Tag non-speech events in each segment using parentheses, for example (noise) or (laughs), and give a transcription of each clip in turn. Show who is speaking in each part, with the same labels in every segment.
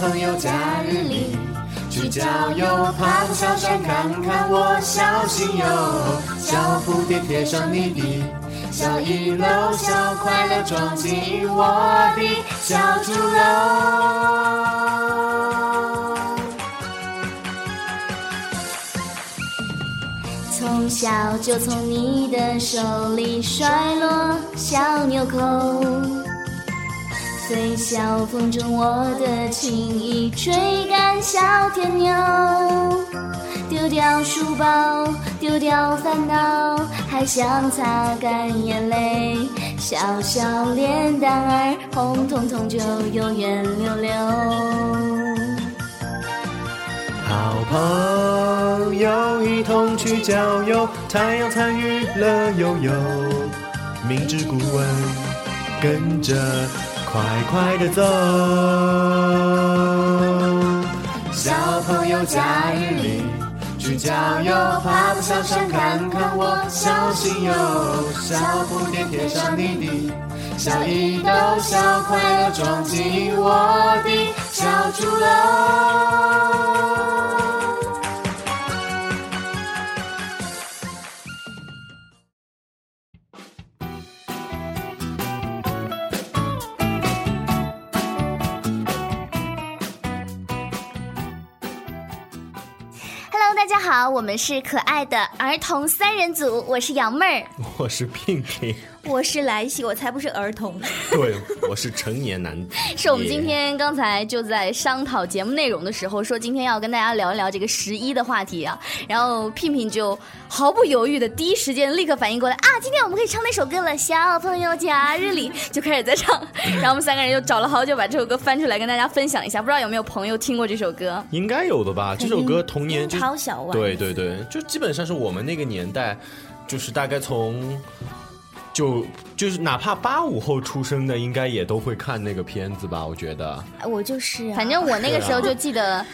Speaker 1: 朋友假日里，去郊游爬爬小山，看看我小心哟。小蝴蝶贴上你的小一楼，小快乐装进我的小竹篓。
Speaker 2: 从小就从你的手里摔落小纽扣，随小风中我的情意追赶小天牛。丢掉书包，丢掉烦恼，还想擦干眼泪。小小脸蛋儿红彤彤，就永远溜溜。
Speaker 1: 好朋友一同去郊游，太阳参与了悠悠，明知故问，跟着快快的走。小朋友假日里去郊游，爬爬小山，看看我小心哟，小蝴蝶贴上你的小衣兜，小快乐装进我的小竹篓。
Speaker 2: Hello，大家好，我们是可爱的儿童三人组，我是杨妹儿，
Speaker 3: 我是病病，
Speaker 4: 我是莱西，我才不是儿童。
Speaker 3: 对，我是成年男子。
Speaker 2: (laughs) 是我们今天刚才就在商讨节目内容的时候，说今天要跟大家聊一聊这个十一的话题啊，然后聘聘就毫不犹豫的第一时间立刻反应过来啊，今天我们可以唱那首歌了，《小朋友假日里》，就开始在唱，然后我们三个人又找了好久把这首歌翻出来跟大家分享一下，不知道有没有朋友听过这首歌？
Speaker 3: 应该有的吧？这首歌童年就
Speaker 4: 樱桃小丸子
Speaker 3: 对对对，就基本上是我们那个年代，就是大概从就就是哪怕八五后出生的，应该也都会看那个片子吧？我觉得
Speaker 4: 我就是、啊，
Speaker 2: 反正我那个时候就记得，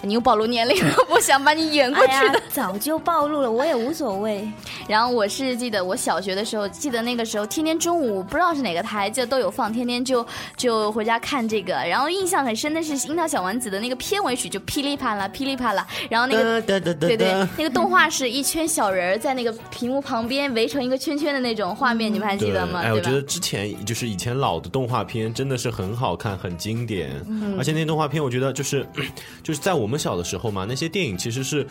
Speaker 2: 你又暴露年龄了，我想把你圆过
Speaker 4: 哎
Speaker 2: 去的
Speaker 4: 呀。，早就暴露了，我也无所谓。
Speaker 2: 然后我是记得我小学的时候，记得那个时候天天中午不知道是哪个台就都有放，天天就就回家看这个。然后印象很深的是《樱桃小丸子》的那个片尾曲就噼里啪啦噼里啪啦，然后那个。
Speaker 3: 哒哒哒
Speaker 2: 对呃对，那个动画是一圈小人儿在那个屏幕旁边围成一个圈圈的那种画面，你们还记
Speaker 3: 对
Speaker 2: 得吗？
Speaker 3: 哎，我觉
Speaker 2: 嗯对
Speaker 3: 得
Speaker 2: 吧？
Speaker 3: 之前就是以前老的动画片真的是很好看，很经典，
Speaker 2: 嗯
Speaker 3: 而且那动画片我觉得就是 (coughs) 就是在我们小的时候嘛，那些电影其实是。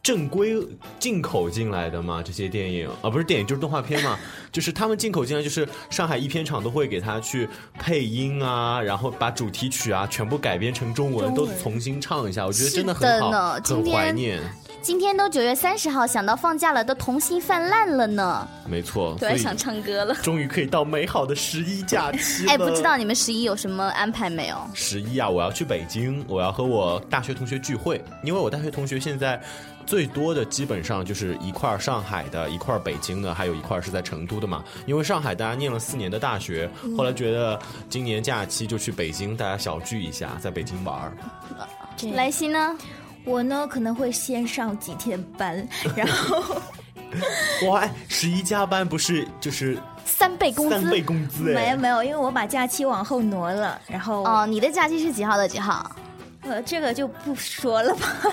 Speaker 3: 正规进口进来的嘛，这些电影啊，不是电影就是动画片嘛，
Speaker 2: (laughs)
Speaker 3: 就是他们进口进来，就是上海一片厂都会给他去配音啊，然后把主题曲啊全部改编成中文，
Speaker 4: 中
Speaker 3: 都
Speaker 4: 文
Speaker 3: 重新唱一下，我觉得
Speaker 2: 是
Speaker 3: 真
Speaker 2: 的
Speaker 3: 很好，
Speaker 2: 呢今
Speaker 3: 很
Speaker 2: 天
Speaker 3: 怀念，
Speaker 2: 今天都九月三十号，想到放假了都童心泛滥了呢，
Speaker 3: 没错，
Speaker 2: 突
Speaker 3: 所
Speaker 2: 然
Speaker 3: 以
Speaker 2: 想唱歌了。
Speaker 3: 终于可以到美好的十一假期了。
Speaker 2: 哎，不知道你们十一有什么安排没有？
Speaker 3: 十一啊，我要去北京，我要和我大学同学聚会，因为我大学同学现在最多的基本上就是一块儿上海的，一块儿北京的，还有一块儿是在成都的嘛。因为上海大家念了四年的大学，后来觉得今年假期就去北京，大家小聚一下，在北京玩儿。
Speaker 4: 这
Speaker 2: 莱西呢？
Speaker 4: 我呢可能会先上几天班，
Speaker 3: (laughs)
Speaker 4: 然后
Speaker 3: 哇，哎十一加班不是就是
Speaker 2: 三倍工
Speaker 3: 三
Speaker 2: 资
Speaker 3: 倍工资
Speaker 4: 没
Speaker 3: 哎
Speaker 4: 有？没有，因为我把假期往后挪了，然后、
Speaker 2: 哦，你的假期是几号到几号？
Speaker 4: 呃这个就不说
Speaker 3: (laughs)
Speaker 4: 了吧。
Speaker 2: (laughs)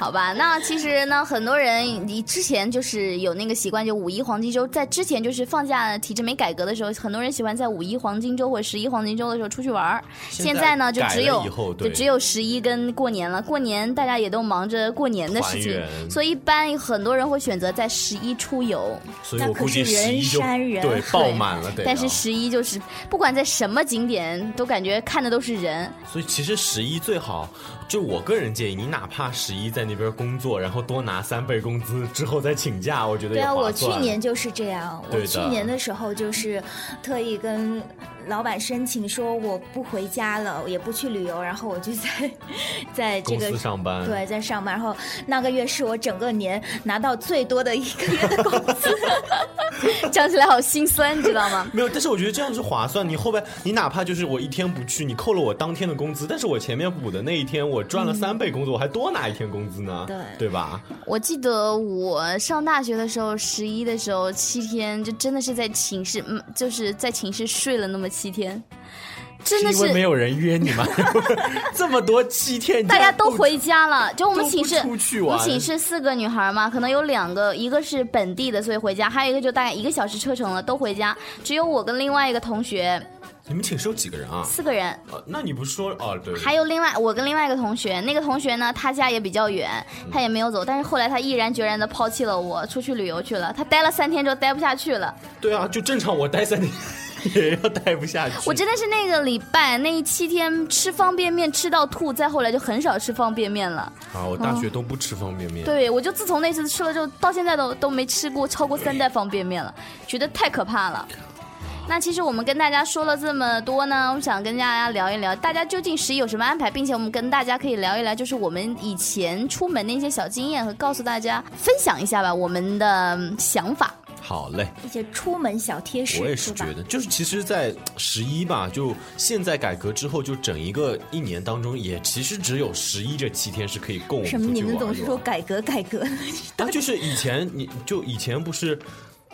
Speaker 2: 好吧，那其实呢，很多人你之前就是有那个习惯，就五一黄金周，在之前就是放假体制没改革的时候，很多人喜欢在五一黄金周或者十一黄金周的时候出去玩儿。现
Speaker 3: 现在
Speaker 2: 在呢，就
Speaker 3: 改
Speaker 2: 只
Speaker 3: 了
Speaker 2: 有
Speaker 3: 以后
Speaker 2: 就
Speaker 3: 对
Speaker 2: 只有十一跟过年了。过年大家也都忙着过年的事
Speaker 3: 团
Speaker 2: 情，
Speaker 3: 圆
Speaker 2: 所以一般很多人会选择在十一出游。
Speaker 3: 所以
Speaker 4: 那
Speaker 3: 我
Speaker 4: 可
Speaker 3: 估计
Speaker 4: 是
Speaker 3: 十
Speaker 4: 人
Speaker 3: 一就
Speaker 4: 山人
Speaker 3: 对
Speaker 4: 海
Speaker 3: 爆满了，对。啊
Speaker 2: 但是十一就是不管在什么景点，都感觉看的都是人。 (laughs)
Speaker 3: 所以其实十一最好，就我个人建议，你哪怕十一在那边工作，然后多拿三倍工资之后再请假，我觉得
Speaker 4: 对
Speaker 3: 也
Speaker 4: 啊，我
Speaker 3: 划
Speaker 4: 去
Speaker 3: 算。
Speaker 4: 年就是这样。我
Speaker 3: 对的
Speaker 4: 去年的时候就是特意跟老板申请说我不回家了，也不去旅游，然后我就在 (laughs) 在这
Speaker 3: 公
Speaker 4: 个
Speaker 3: 司上班，
Speaker 4: 对在上班。然后那个月是我整个年拿到最多的一个月的工资。
Speaker 2: 讲起来好心酸，你知道吗？
Speaker 3: 没有，但是我觉得这样是划算。你后边你哪怕就是我一天不去，你扣了我当天的工资，但是我前面补的那一天我赚了三倍工资，我还多拿一天工资呢，
Speaker 4: 对
Speaker 3: 对吧？
Speaker 2: 我记得我上大学的时候，十一的时候七天，就真的是在寝室，嗯，就是在寝室睡了那么七天。真的
Speaker 3: 因为
Speaker 2: 是
Speaker 3: 没有人约你吗？这么多七天，
Speaker 2: 大家都回家了，就我们
Speaker 3: 都不
Speaker 2: 寝室，
Speaker 3: 出去
Speaker 2: 我
Speaker 3: 玩
Speaker 2: 们寝室四个女孩嘛，可能有两个，一个是本地的，所以回家，还有一个就大概一个小时车程了，都回家，只有我跟另外一个同学
Speaker 3: 你们寝室有几个人啊？
Speaker 2: 四个人。
Speaker 3: 呃那你不是说哦？对，
Speaker 2: 还有另外，我跟另外一个同学，那个同学呢，他家也比较远，他也没有走，但是后来他毅然决然的抛弃了我，出去旅游去了。他待了三天之后待不下去了，
Speaker 3: 对啊，就正常我待三天 (laughs) 也要待不下去。
Speaker 2: 我真的是那个礼拜那七天吃方便面吃到吐，再后来就很少吃方便面了。
Speaker 3: 啊，我大学都不吃方便面。
Speaker 2: 对，我就自从那次吃了之后，到现在都都没吃过超过三袋方便面了，觉得太可怕了。那其实我们跟大家说了这么多呢，我想跟大家聊一聊，大家究竟十一有什么安排，并且我们跟大家可以聊一聊，就是我们以前出门的一些小经验和告诉大家分享一下吧，我们的嗯想法。
Speaker 3: 好嘞。
Speaker 4: 一些出门小贴士，
Speaker 3: 我也是
Speaker 4: 吧
Speaker 3: 觉得，就是其实，在十一吧，就现在改革之后，就整一个一年当中，也其实只有十一这七天是可以供我们
Speaker 4: 什
Speaker 3: 出去玩
Speaker 4: 么？你
Speaker 3: 一玩。
Speaker 4: 们总是
Speaker 3: (laughs)
Speaker 4: 说改革改革，
Speaker 3: 啊，就是以前你就以前不是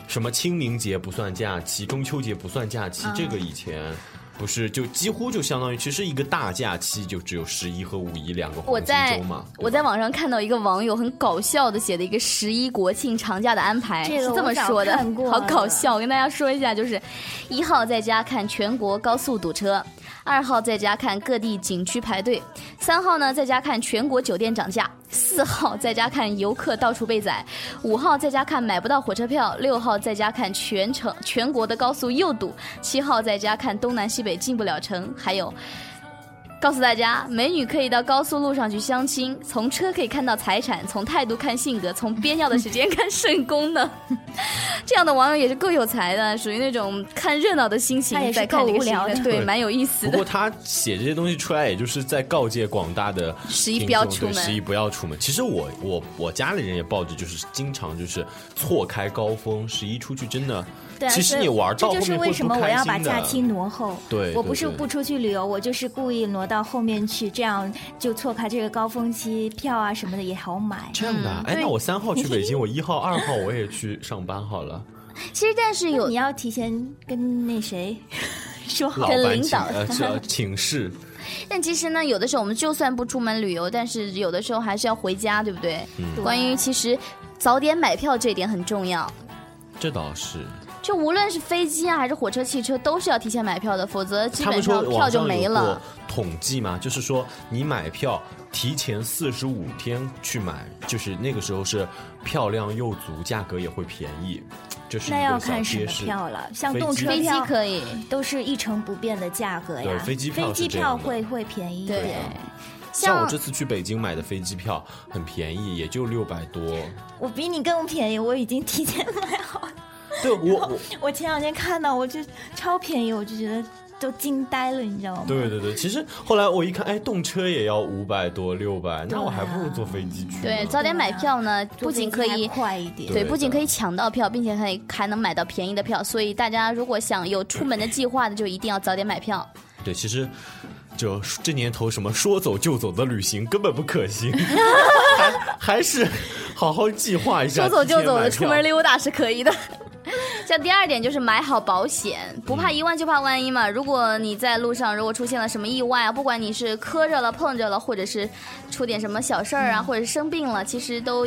Speaker 3: 什么清明节不算假期，中秋节不算假期，这个以前。不是，就几乎就相当于，其实一个大假期就只有十一和五一两个
Speaker 2: 我
Speaker 3: 黄金
Speaker 2: 在
Speaker 3: 周嘛。
Speaker 2: 我在网上看到一个网友很搞笑的写的一个十一国庆长假的安排，
Speaker 4: 这个
Speaker 2: 是这么
Speaker 4: 我早
Speaker 2: 说的
Speaker 4: 看，过
Speaker 2: 好
Speaker 4: 了
Speaker 2: 搞笑。我跟大家说一下，就是一号在家看全国高速堵车，二号在家看各地景区排队，三号呢在家看全国酒店涨价，四号在家看游客到处被宰，五号在家看买不到火车票，六号在家看全城全国的高速又堵，七号在家看东南西北进不了城，还有。告诉大家，美女可以到高速路上去相亲，从车可以看到财产，从态度看性格，从憋尿的时间看肾功能。 (laughs) 这样的网友也是够有才的，属于那种看热闹的心情
Speaker 4: 他也是
Speaker 2: 在看这个
Speaker 4: 够无
Speaker 2: 事情
Speaker 4: 聊的
Speaker 2: 对，
Speaker 3: 对
Speaker 2: 蛮有意思
Speaker 3: 不
Speaker 2: 的
Speaker 3: 过。他写这些东西出来，也就是在告诫广大的
Speaker 2: 十一
Speaker 3: 听
Speaker 2: 不要
Speaker 3: 众
Speaker 2: 出
Speaker 3: 对
Speaker 2: 门
Speaker 3: 十一不要出门。其实我我我家里人也抱着，就是经常就是错开高峰，十一出去真的，
Speaker 4: 对啊，
Speaker 3: 其实
Speaker 4: 所以
Speaker 3: 你玩到
Speaker 4: 这
Speaker 3: 后
Speaker 4: 就是
Speaker 3: 面
Speaker 4: 为
Speaker 3: 会
Speaker 4: 什
Speaker 3: 不
Speaker 4: 么我
Speaker 3: 开
Speaker 4: 要把
Speaker 3: 心的
Speaker 4: 假期挪后。
Speaker 3: 对
Speaker 4: 我
Speaker 3: 对
Speaker 4: 不是
Speaker 3: 对
Speaker 4: 不出去旅游，我就是故意挪到后面去，这样就错开这个高峰期，票啊什么的也好买。
Speaker 3: 这样的
Speaker 4: 嗯
Speaker 3: 啊。哎，
Speaker 2: 对
Speaker 3: 那我三号去北京，我一号、二号我也去上班好
Speaker 4: (laughs)
Speaker 3: 了。
Speaker 2: 其实，但是有
Speaker 4: 你要提前跟那谁 (laughs) 说好
Speaker 3: 老
Speaker 2: 跟
Speaker 3: 板
Speaker 2: 领
Speaker 3: 请
Speaker 2: 导
Speaker 3: 呃这请示，
Speaker 2: 但其实呢，有的时候我们就算不出门旅游，但是有的时候还是要回家，对不对？
Speaker 3: 嗯
Speaker 2: 关于其实早点买票这一点很重要。
Speaker 3: 这倒是。
Speaker 2: 就无论是飞机啊，还是火车、汽车，都是要提前买票的，否则基
Speaker 3: 他
Speaker 2: 本
Speaker 3: 们说
Speaker 2: 上票
Speaker 3: 网
Speaker 2: 就
Speaker 3: 上
Speaker 2: 没
Speaker 3: 有过
Speaker 2: 了。
Speaker 3: 统计嘛，就是说你买票提前四十五天去买，就是那个时候是票量又足，价格也会便宜。这是一
Speaker 4: 那要
Speaker 3: 个小
Speaker 4: 看什
Speaker 3: 贴
Speaker 4: 么
Speaker 3: 士。
Speaker 4: 票了，像
Speaker 3: 飞
Speaker 4: 动
Speaker 3: 机
Speaker 4: 车
Speaker 2: 飞机
Speaker 4: 票
Speaker 2: 可以，
Speaker 4: 都是一成不变的价格呀。
Speaker 3: 对飞机票是这样的
Speaker 4: 会会便宜一
Speaker 2: 对
Speaker 4: 点。
Speaker 3: 啊像我
Speaker 2: 像
Speaker 3: 这次去北京买的飞机票很便宜，也就六百多。
Speaker 4: 我比你更便宜，我已经提前 (laughs) 买好了。
Speaker 2: (laughs)
Speaker 3: 对我，我
Speaker 4: 我前两天看到，我就超便宜，我就觉得都惊呆了，你知道吗？
Speaker 3: 对对对，其实后来我一看，哎，动车也要五百多六百，那我还不如坐飞机去呢。
Speaker 2: 对早点买票呢，不仅可以。
Speaker 4: 快一点，
Speaker 2: 对，
Speaker 3: 嗯对
Speaker 2: 不仅
Speaker 3: 的
Speaker 2: 可以抢到票，并且还还能买到便宜的票，所以大家如果想有出门的计划的，就一定要早点买票。
Speaker 3: 对，其实就这年头，什么说走就走的旅行根本不
Speaker 2: (laughs)
Speaker 3: 可行，还还是好好计
Speaker 2: (laughs)
Speaker 3: 划一下。
Speaker 2: 说走就走的
Speaker 3: 提
Speaker 2: 出
Speaker 3: 前买
Speaker 2: 门
Speaker 3: 票
Speaker 2: 溜达是可以
Speaker 3: (laughs)
Speaker 2: 的。像第二点就是买好保险，不
Speaker 3: 嗯
Speaker 2: 怕一万就怕万一嘛。如果你在路上如果出现了什么意外啊，不管你是磕着了、碰着了，或者是出点什么小事儿
Speaker 3: 嗯
Speaker 2: 啊，或者生病了，其实都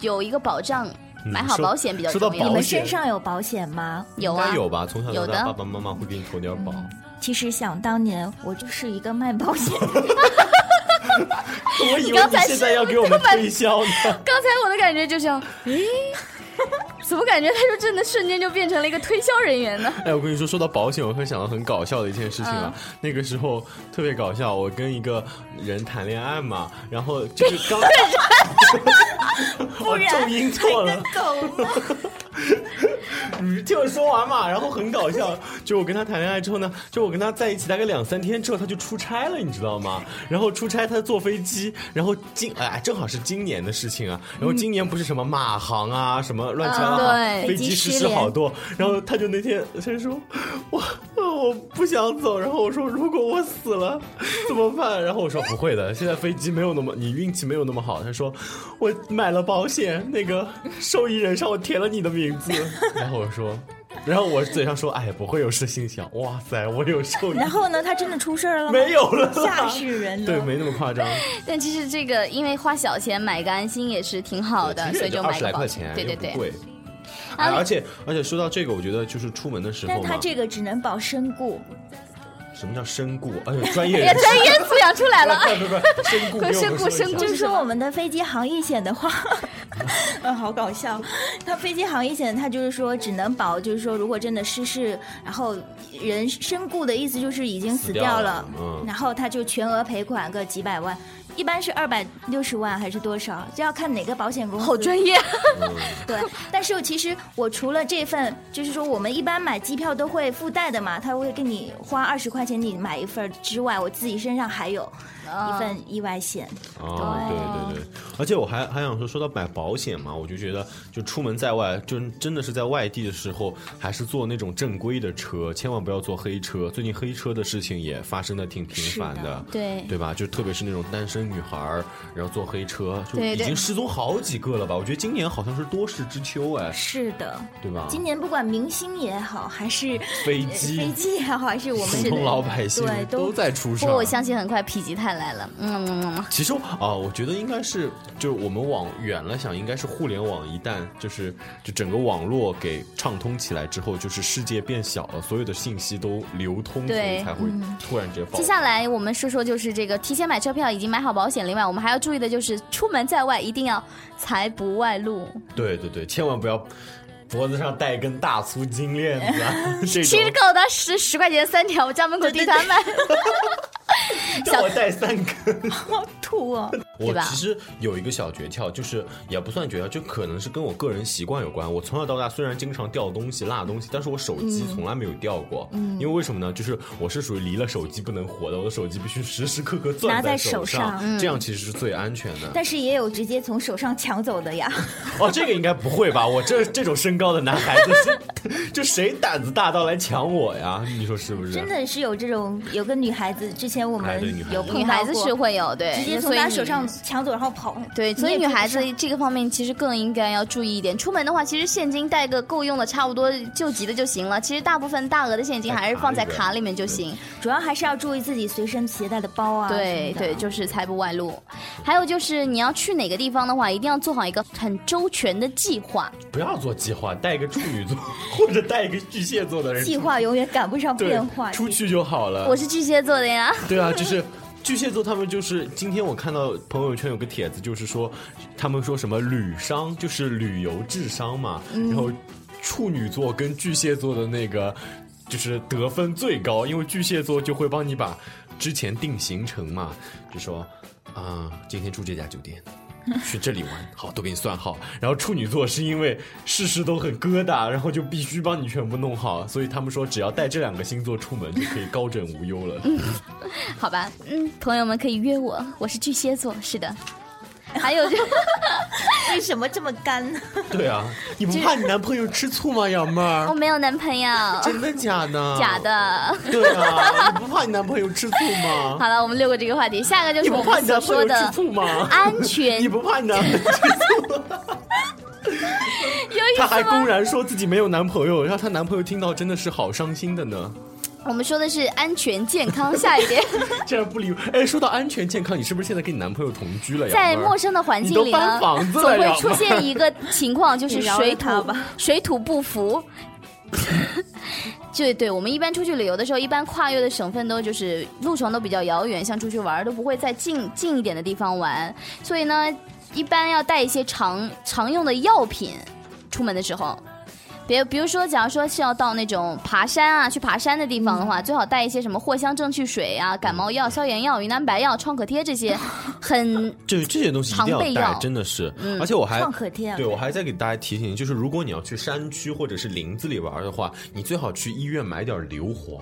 Speaker 2: 有一个保障。
Speaker 3: 嗯
Speaker 2: 买好
Speaker 3: 说
Speaker 2: 保险比较
Speaker 3: 说到
Speaker 2: 重要。
Speaker 3: 保
Speaker 4: 你们
Speaker 3: 险
Speaker 4: 身上有保险吗？
Speaker 2: 有
Speaker 3: 应
Speaker 2: 啊
Speaker 3: 该，有吧？从小
Speaker 2: 有的
Speaker 3: 到大，爸爸妈妈会给你投点
Speaker 2: (laughs)
Speaker 3: 保。
Speaker 4: 其实想当年，我就是一个卖保险的。
Speaker 3: (laughs) 我以为
Speaker 2: 刚
Speaker 3: 你
Speaker 2: 才
Speaker 3: 现
Speaker 2: 是
Speaker 3: 在要给我们推销呢。
Speaker 2: 刚才我的感觉就是，诶， (laughs) 怎么感觉他就真的瞬间就变成了一个推销人员呢？ (laughs)
Speaker 3: 哎，我跟你说，说到保险，我会想到很搞笑的一件事情啊。
Speaker 2: 嗯
Speaker 3: 那个时候特别搞笑，我跟一个人谈恋爱嘛，然后就是刚， (laughs) 我重音
Speaker 2: (laughs)
Speaker 3: 错了。
Speaker 4: 狗，
Speaker 3: 你 (laughs) 听我说完嘛，然后很搞笑，就我跟他谈恋爱之后呢，就我跟他在一起大概两三天之后，他就出差了，你知道吗？然后出差他坐飞机，然后今哎正好是今年的事情啊，然后今年不是什么马航啊，什么乱七八糟、
Speaker 2: 啊对
Speaker 3: 飞机失事好多，然后他就那天他就说，我我不想走，然后我说如果我死了怎么办？然后我说不会的，现在飞机没有那么你运气没有那么好，他说我买了保险，那个受益人上我填了你的名字，然后我说。然后我嘴上说，哎，不会有事，心想，哇塞，我有受益，
Speaker 4: 然后呢，他真的出事儿了吗？
Speaker 3: 没有了
Speaker 4: 吓死人了。
Speaker 3: 对，没那么夸张，
Speaker 2: 但其实这个因为花小钱买个安心也是挺好的，
Speaker 3: 其实
Speaker 2: 所
Speaker 3: 也
Speaker 2: 以就
Speaker 3: 二
Speaker 2: 买
Speaker 3: 十
Speaker 2: 个
Speaker 3: 来
Speaker 2: 保
Speaker 3: 块
Speaker 2: 险。
Speaker 3: 钱，
Speaker 2: 对对
Speaker 3: 又不
Speaker 2: 对，
Speaker 3: 贵。哎而且而且说到这个，我觉得就是出门的时候
Speaker 4: 但他
Speaker 3: 嘛，
Speaker 4: 这个只能保身故，
Speaker 3: 什么叫身故？哎呦，专
Speaker 2: (laughs)
Speaker 3: 业
Speaker 2: 哎呀，
Speaker 3: 人士，
Speaker 2: 专业素养出来了。
Speaker 4: (laughs)
Speaker 3: 不是不是身故
Speaker 2: 不
Speaker 3: 又
Speaker 2: 是
Speaker 3: 不
Speaker 2: 故
Speaker 3: 是
Speaker 2: 身故
Speaker 3: 一
Speaker 2: 故
Speaker 3: 下
Speaker 4: 哦就是说我们的飞机航业险的话， (laughs) 嗯，好搞笑。它飞机航业险，它就是说只能保，就是说如果真的失事，然后人身故的意思就是已经死掉了，
Speaker 3: 死掉了嗯
Speaker 4: 然后他就全额赔款个几百万，一般是二百六十万还是多少，这要看哪个保险公司。
Speaker 2: 好专业，
Speaker 4: 对，但是其实我除了这份，就是说我们一般买机票都会附带的嘛，他会给你花二十块钱你买一份儿之外，我自己身上还有一份意外险。
Speaker 3: 哦，对对对，而且我还还想说，说到买保险嘛，我就觉得，就出门在外，就真的是在外地的时候，还是坐那种正规的车，千万不要坐黑车。最近黑车的事情也发生的挺频繁
Speaker 4: 是的
Speaker 2: (laughs) 对
Speaker 3: 对吧？就特别是那种单身女孩儿，然后坐黑车，就
Speaker 2: 对
Speaker 3: 已
Speaker 2: 对
Speaker 3: 经失踪好几个了吧？我觉得今年好像是多事之秋，哎，
Speaker 4: 是的，
Speaker 3: 对吧？
Speaker 4: 今年不管明星也好，还是
Speaker 3: 飞
Speaker 4: 呃
Speaker 3: 机
Speaker 4: 飞机也好，还是我们
Speaker 3: 普通老百姓
Speaker 4: 对
Speaker 3: 都
Speaker 4: 都
Speaker 3: 在出
Speaker 2: 不
Speaker 3: 事
Speaker 2: 过
Speaker 3: 儿。
Speaker 2: 我相信很快否极泰来了。嗯嗯，嗯
Speaker 3: 其实啊、我觉得应该是，就是我们往远了想，应该是互联网一旦就是就整个网络给畅通起来之后，就是世界变小了，所有的信息都流通，所
Speaker 2: 对嗯
Speaker 3: 以才会突然之间爆
Speaker 2: 接。下来我们说说就是这个提前买车票已经买好保险，另外我们还要注意的就是出门在外一定要财不外露。
Speaker 3: 对对对，千万不要脖子上戴一根大粗金链
Speaker 2: (laughs)
Speaker 3: 子啊，这
Speaker 2: 其
Speaker 3: 种
Speaker 2: 实够的十十块钱三条，我家门口地摊卖。
Speaker 3: 让我戴三根。
Speaker 4: 好土哦。
Speaker 3: 我
Speaker 2: 吧
Speaker 3: 其实有一个小诀窍，就是也不算诀窍，就可能是跟我个人习惯有关。我从小到大虽然经常掉东西、落东西，但是我手机
Speaker 4: 嗯
Speaker 3: 从来没有掉过。因为为什么呢？就是我是属于离了手机不能活的，我的手机必须时时刻刻攥
Speaker 4: 拿在
Speaker 3: 手
Speaker 4: 手上嗯
Speaker 3: 这样其实是最安全的。
Speaker 4: 但是也有直接从手上抢走的呀，
Speaker 3: 哦，这个应该不会吧？我这这种身高的男孩子是，就谁胆子大到来抢我呀？你说是不是？
Speaker 4: 真的是有这种。有个女孩子，之前我
Speaker 3: 哎
Speaker 4: 们
Speaker 3: 对女孩子
Speaker 4: 有
Speaker 2: 女
Speaker 4: (laughs) 碰到
Speaker 2: 孩子
Speaker 4: 过
Speaker 2: 是会有对，
Speaker 4: 直接
Speaker 2: 所
Speaker 4: 从
Speaker 2: 以
Speaker 4: 她
Speaker 2: 你
Speaker 4: 手上抢走，然后跑。
Speaker 2: 对，
Speaker 4: 你
Speaker 2: 所以
Speaker 4: 也
Speaker 2: 女
Speaker 4: 追不
Speaker 2: 孩子
Speaker 4: 上
Speaker 2: 这个方面其实更应该要注意一点。出门的话，其实现金带个够用的，差不多救急的就行了。其实大部分大额的现金
Speaker 3: 在
Speaker 2: 还是
Speaker 3: 卡
Speaker 2: 放
Speaker 3: 里
Speaker 2: 在
Speaker 3: 边
Speaker 2: 卡里面就行。
Speaker 4: 主要还是要注意自己随身携带的包啊。
Speaker 2: 对
Speaker 4: 什么的
Speaker 2: 对，就是财不外露。还有就是你要去哪个地方的话，一定要做好一个很周全的计划。
Speaker 3: 不要做计划，带一个处女座 (laughs) 或者带一个巨蟹座的人出
Speaker 4: 计划永远赶不上
Speaker 3: 对
Speaker 4: 变化。
Speaker 3: 出去就好了。
Speaker 2: 我是巨蟹座的呀，
Speaker 3: (laughs) 对啊，就是巨蟹座，他们就是今天我看到朋友圈有个帖子，就是说他们说什么旅商，就是旅游智商嘛，然后处女座跟巨蟹座的那个就是得分最高，因为巨蟹座就会帮你把之前定行程嘛，就说啊、今天住这家酒店。去这里玩，好，都给你算好。然后处女座是因为事事都很疙瘩，然后就必须帮你全部弄好，所以他们说只要带这两个星座出门就可以高枕无忧了。呃
Speaker 2: 好吧，嗯，朋友们可以约我，我是巨蟹座，是的。还有
Speaker 3: (laughs)
Speaker 2: 就
Speaker 4: 为什么这么干
Speaker 2: (laughs)
Speaker 4: 呢？
Speaker 3: 对啊， (laughs) 你不怕你男朋友吃醋吗，幺妹儿
Speaker 2: 我？没有男朋友，
Speaker 3: (laughs) 真的哦假的？
Speaker 2: 假。的。
Speaker 3: 对啊，你不怕你男朋友吃醋
Speaker 2: (laughs)
Speaker 3: 吗？
Speaker 2: 好了，我们溜过这个话题，下一个就
Speaker 3: 你
Speaker 2: 是
Speaker 3: 不
Speaker 2: 我
Speaker 3: 怕
Speaker 2: 们
Speaker 3: 你
Speaker 2: 所
Speaker 3: 男朋
Speaker 2: 说
Speaker 3: 友吃
Speaker 2: 的
Speaker 3: 醋吗？
Speaker 2: 安全
Speaker 3: (laughs) 你不怕你男朋友吃醋吗？她还公然说自己没有男朋友，让她男朋友听到真的是好伤心
Speaker 2: (laughs)
Speaker 3: 的呢。
Speaker 2: 我们说的是安全健康，下
Speaker 3: (laughs)
Speaker 2: 一点，
Speaker 3: 竟然不理我。哎，说到安全健康，你是不是现在跟你男朋友同居了呀？
Speaker 2: 在
Speaker 3: 幺妹儿
Speaker 2: 陌生的环境里
Speaker 3: 你都搬
Speaker 2: 呢，
Speaker 3: 房子
Speaker 2: 总
Speaker 3: 了
Speaker 2: 会
Speaker 3: 要
Speaker 2: 出
Speaker 3: 吗
Speaker 2: 现一个情况，就是
Speaker 4: (laughs) 你饶
Speaker 2: 水
Speaker 4: 了他
Speaker 2: 土
Speaker 4: 吧
Speaker 2: 水土不服。 (laughs) 对对，我们一般出去旅游的时候，一般跨越的省份都就是路程都比较遥远，像出去玩儿都不会在近近一点的地方玩，所以呢，一般要带一些常常用的药品，出门的时候。别，比如说，假如说是要到那种爬山啊，去爬山的地方的
Speaker 4: 嗯
Speaker 2: 话，最好带一些什么藿香正气水啊、感冒药、消炎药、云南白药、创可贴这些，很
Speaker 3: 就这些东西一定要
Speaker 2: 常备
Speaker 3: 带
Speaker 2: 药，
Speaker 3: 真的是。而且我还
Speaker 4: 嗯创可贴啊
Speaker 3: 对我还在给大家提醒，就是如果你要去山区或者是林子里玩的话，你最好去医院买点硫磺。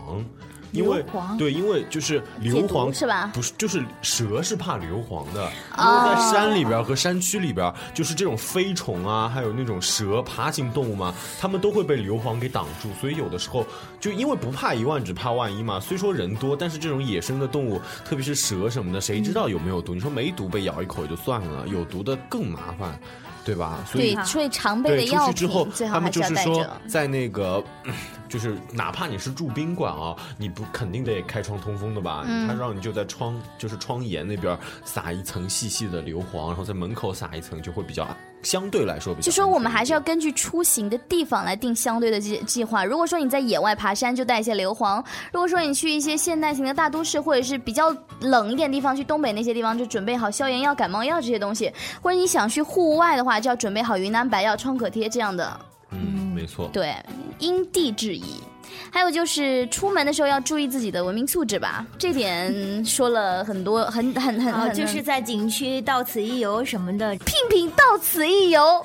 Speaker 3: 因为
Speaker 4: 硫磺
Speaker 3: 对，因为就是硫
Speaker 2: 解毒
Speaker 3: 磺
Speaker 2: 是吧哦
Speaker 3: 不是，就是蛇是怕硫磺的，因为在山里边儿和山区里边儿，就是这种飞虫啊，还有那种蛇、爬行动物嘛，它们都会被硫磺给挡住，所以有的时候就因为不怕一万，只怕万一嘛。虽说人多，但是这种野生的动物，特别是蛇什么的，谁知道有没有毒？你说没毒被咬一口也就算了，有毒的更麻烦。对吧？所
Speaker 2: 对
Speaker 3: 以，
Speaker 2: 所以常备的
Speaker 3: 对出
Speaker 2: 药
Speaker 3: 去之后
Speaker 2: 品最，好
Speaker 3: 他们
Speaker 2: 还是
Speaker 3: 就
Speaker 2: 要
Speaker 3: 是
Speaker 2: 带
Speaker 3: 说
Speaker 2: 着。
Speaker 3: 在那个。就是哪怕你是住宾馆啊，你不肯定得开窗通风的吧？
Speaker 2: 嗯
Speaker 3: 他让你就在窗，就是窗沿那边撒一层细细的硫磺，然后在门口撒一层，就会比较相对来说比较安全一点。
Speaker 2: 就说我们还是要根据出行的地方来定相对的计计划。如果说你在野外爬山，就带一些硫磺；如果说你去一些现代型的大都市，或者是比较冷一点地方，去东北那些地方，就准备好消炎药、感冒药这些东西；或者你想去户外的话，就要准备好云南白药、创可贴这样的。
Speaker 3: 嗯，没错。
Speaker 2: 对，因地制宜。还有就是出门的时候要注意自己的文明素质吧，这点说了很多，很很很
Speaker 4: 啊，
Speaker 2: 很， (laughs)
Speaker 4: 就是在景区到此一游什么的，
Speaker 2: 聘品到此一游。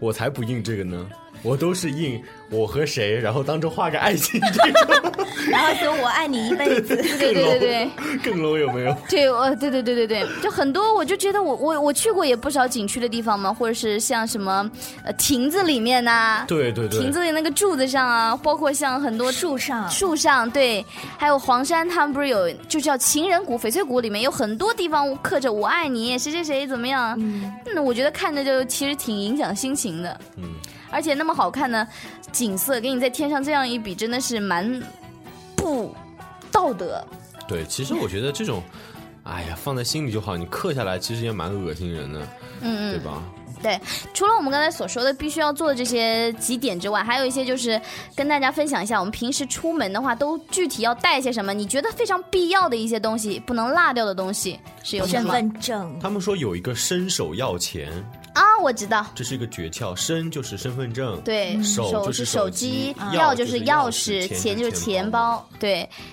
Speaker 3: 我才不应这个呢，我都是应我和谁，然后当中画个爱心这种 (laughs)
Speaker 4: 然后说我爱你一辈
Speaker 2: (laughs)
Speaker 4: 子。
Speaker 2: 对对对对。
Speaker 3: 更 low 有没
Speaker 2: (laughs)
Speaker 3: 有？
Speaker 2: 对，我对对对对对，就很多，我就觉得我我我去过也不少景区的地方嘛，或者是像什么呃亭子里面呐、
Speaker 3: 对对对
Speaker 2: 亭，子里那个柱子上啊，包括像很多
Speaker 4: 树上
Speaker 2: 树上对，还有黄山，他们不是有就叫情人谷、翡翠谷，里面有很多地方刻着“我爱你”，谁谁谁怎么样？嗯，我觉得看着就其实挺影响心情的。
Speaker 3: 嗯，
Speaker 2: 而且那么好看的景色，给你在天上这样一比，真的是蛮不道德。
Speaker 3: 对，其实我觉得这种，哎呀，放在心里就好，你刻下来其实也蛮恶心人的，嗯对吧？
Speaker 2: 对，除了我们刚才所说的必须要做的这些几点之外，还有一些就是跟大家分享一下，我们平时出门的话都具体要带一些什么？你觉得非常必要的一些东西，不能落掉的东西是有什
Speaker 4: 身
Speaker 2: 么？
Speaker 4: 份证，
Speaker 3: 他们说有一个伸手要钱，
Speaker 2: 啊，我知道，
Speaker 3: 这是一个诀窍，伸就是身份证，，
Speaker 2: 对，
Speaker 3: 手就是是
Speaker 2: 手
Speaker 3: 手机啊
Speaker 2: 钥
Speaker 3: 钥
Speaker 2: 就
Speaker 3: 就是是
Speaker 2: 钥
Speaker 3: 钥匙钱
Speaker 2: 钱
Speaker 3: 就
Speaker 2: 就是是
Speaker 3: 钱
Speaker 2: 钱
Speaker 3: 包
Speaker 2: 包，对。嗯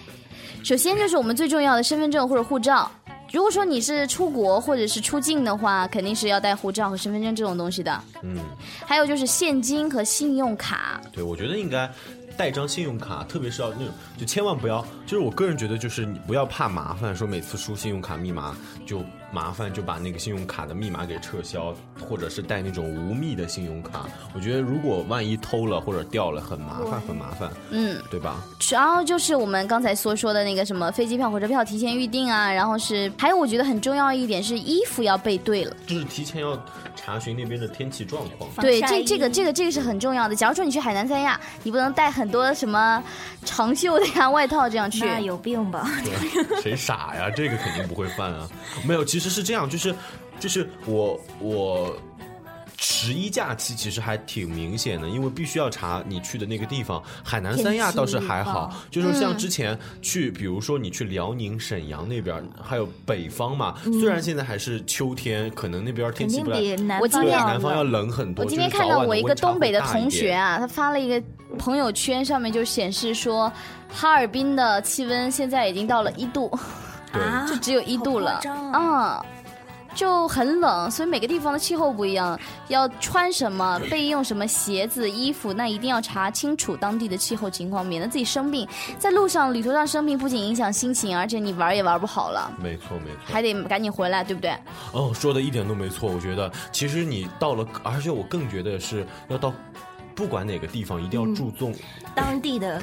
Speaker 2: 首先就是我们最重要的身份证或者护照。如果说你是出国或者是出境的话，肯定是要带护照和身份证这种东西的。
Speaker 3: 嗯，
Speaker 2: 还有就是现金和信用卡。
Speaker 3: 对，我觉得应该带张信用卡，特别是要那种，就千万不要，就是我个人觉得，就是你不要怕麻烦，说每次输信用卡密码就麻烦，就把那个信用卡的密码给撤销，或者是带那种无密的信用卡。我觉得如果万一偷了或者掉了，很麻烦，很麻烦，嗯，对吧？
Speaker 2: 然后就是我们刚才所说的那个什么飞机票、火车票提前预定啊，然后是还有我觉得很重要一点是衣服要备对了。
Speaker 3: 就是提前要查询那边的天气状况。
Speaker 4: 防
Speaker 2: 对，
Speaker 4: 晒
Speaker 2: 这
Speaker 4: 衣
Speaker 2: 这个这个这个是很重要的。假如说你去海南三亚，你不能带很多什么长袖的呀、外套这样去。
Speaker 4: 那有
Speaker 3: (laughs)
Speaker 4: 病吧？
Speaker 3: 对谁傻呀？这个肯定不会犯啊。没有，其实是这样，就是就是我我十一假期其实还挺明显的，因为必须要查你去的那个地方。海南三亚倒是还好，就是像之前去，比如说你去辽宁沈阳那边，还有北方嘛，
Speaker 2: 嗯
Speaker 3: 虽然现在还是秋天，可能那边天
Speaker 4: 肯
Speaker 3: 气
Speaker 4: 定
Speaker 3: 不太。
Speaker 4: 比南
Speaker 2: 我今
Speaker 4: 方
Speaker 3: 对
Speaker 2: 天
Speaker 3: 南方要冷很多。
Speaker 2: 我今天
Speaker 3: 就是
Speaker 2: 看
Speaker 3: 早
Speaker 2: 到
Speaker 3: 晚
Speaker 2: 我一个
Speaker 3: 温差
Speaker 2: 东北的
Speaker 3: 会大一
Speaker 2: 同学
Speaker 3: 点，
Speaker 2: 啊，他发了一个朋友圈，上面就显示说，哈尔滨的气温现在已经到了一度，
Speaker 3: 对
Speaker 4: 啊
Speaker 2: 就只有一度了
Speaker 4: 好夸，张
Speaker 2: 嗯，就很冷，所以每个地方的气候不一样，要穿什么、备用什么鞋子、衣服，那一定要查清楚当地的气候情况，免得自己生病。在路上、旅途上生病，不仅影响心情，而且你玩也玩不好了，
Speaker 3: 没错没错。
Speaker 2: 还得赶紧回来，对不对？
Speaker 3: 哦，说的一点都没错。我觉得，其实你到了，而且我更觉得是要到，不管哪个地方，一定要注重。
Speaker 4: 当地的，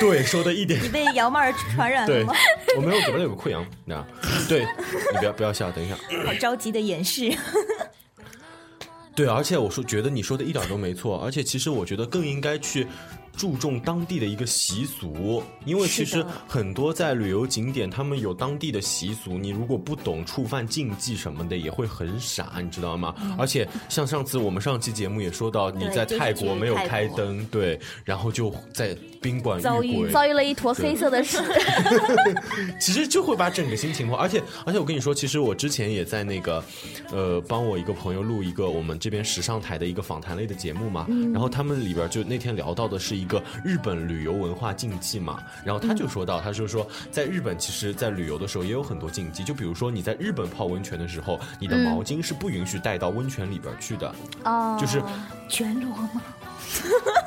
Speaker 3: 对，说的一点
Speaker 4: 你被姚妹儿传染了
Speaker 3: 对
Speaker 4: 吗？。
Speaker 3: 我没有，怎么了有个溃疡那儿对，你不要不要笑，等一下。
Speaker 4: 好着急的掩
Speaker 3: (laughs)
Speaker 4: 饰。
Speaker 3: 对，而且我说觉得你说的一点都没错，而且其实我觉得更应该去。注重当地的一个习俗，因为其
Speaker 4: 是
Speaker 3: 实
Speaker 4: 的
Speaker 3: 很多在旅游景点，他们有当地的习俗，你如果不懂触犯禁忌什么的，也会很傻，你知道吗？而且像上次我们上期节目也说到，你
Speaker 4: 对
Speaker 3: 在
Speaker 4: 就是
Speaker 3: 泰
Speaker 4: 去
Speaker 3: 国没有
Speaker 4: 泰
Speaker 3: 开
Speaker 4: 国
Speaker 3: 灯，对，然后就在宾馆
Speaker 4: 遭
Speaker 3: 遇
Speaker 4: 遇
Speaker 3: 鬼，
Speaker 2: 遭遇了一坨黑色的屎。
Speaker 3: 其实就会把整个心情化，而且而且我跟你说，其实我之前也在那个，呃，帮我一个朋友录一个我们这边时尚台的一个访谈类的节目嘛，然后他们里边就那天聊到的是一个日本旅游文化禁忌嘛，然后他就说到，他就说在日本其实，在旅游的时候也有很多禁忌，就比如说你在日本泡温泉的时候，你的毛巾是不允许带到温泉里边去的，
Speaker 2: 哦，
Speaker 3: 就是
Speaker 4: 全裸吗？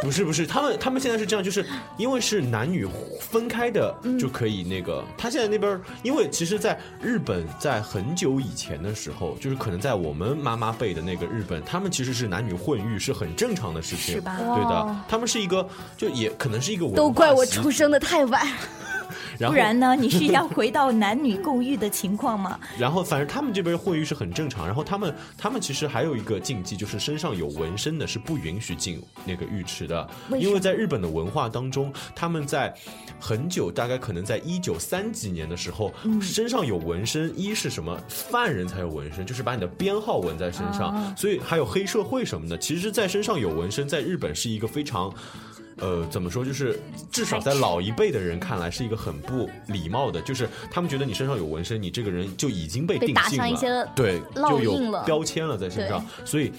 Speaker 3: 不是不是，他们他们现在是这样，就是因为是男女分开的
Speaker 4: 嗯
Speaker 3: 就可以那个。他现在那边儿，因为其实，在日本，在很久以前的时候，就是可能在我们妈妈辈的那个日本，他们其实是男女混浴是很正常的事情，
Speaker 4: 是吧哦
Speaker 3: 对
Speaker 2: 哇
Speaker 3: 的，他们是一个，就也可能是一个文
Speaker 2: (laughs)
Speaker 3: 化
Speaker 2: 都怪我
Speaker 3: 习
Speaker 2: 出生的太晚。
Speaker 3: 然
Speaker 4: 不
Speaker 3: 后
Speaker 4: 然呢？你是要回到男女共浴的情况吗？ (laughs)
Speaker 3: 然后反正他们这边会浴是很正常，然后他们他们其实还有一个禁忌，就是身上有纹身的是不允许进那个浴池的，
Speaker 4: 为什么
Speaker 3: 因为在日本的文化当中，他们在很久，大概可能在一九三几年的时候，
Speaker 2: 嗯
Speaker 3: 身上有纹身，一是什么犯人才有纹身，就是把你的编号纹在身上，
Speaker 2: 啊
Speaker 3: 所以还有黑社会什么的，其实，在身上有纹身，在日本是一个非常。呃，怎么说？就是至少在老一辈的人看来，是一个很不礼貌的，就是他们觉得你身上有纹身，你这个人就已经被
Speaker 2: 被
Speaker 3: 定
Speaker 2: 打
Speaker 3: 性
Speaker 2: 上一
Speaker 3: 了
Speaker 2: 些
Speaker 3: 对，
Speaker 2: 烙
Speaker 3: 就
Speaker 2: 印
Speaker 3: 有
Speaker 2: 了
Speaker 3: 标签了在身上，所以。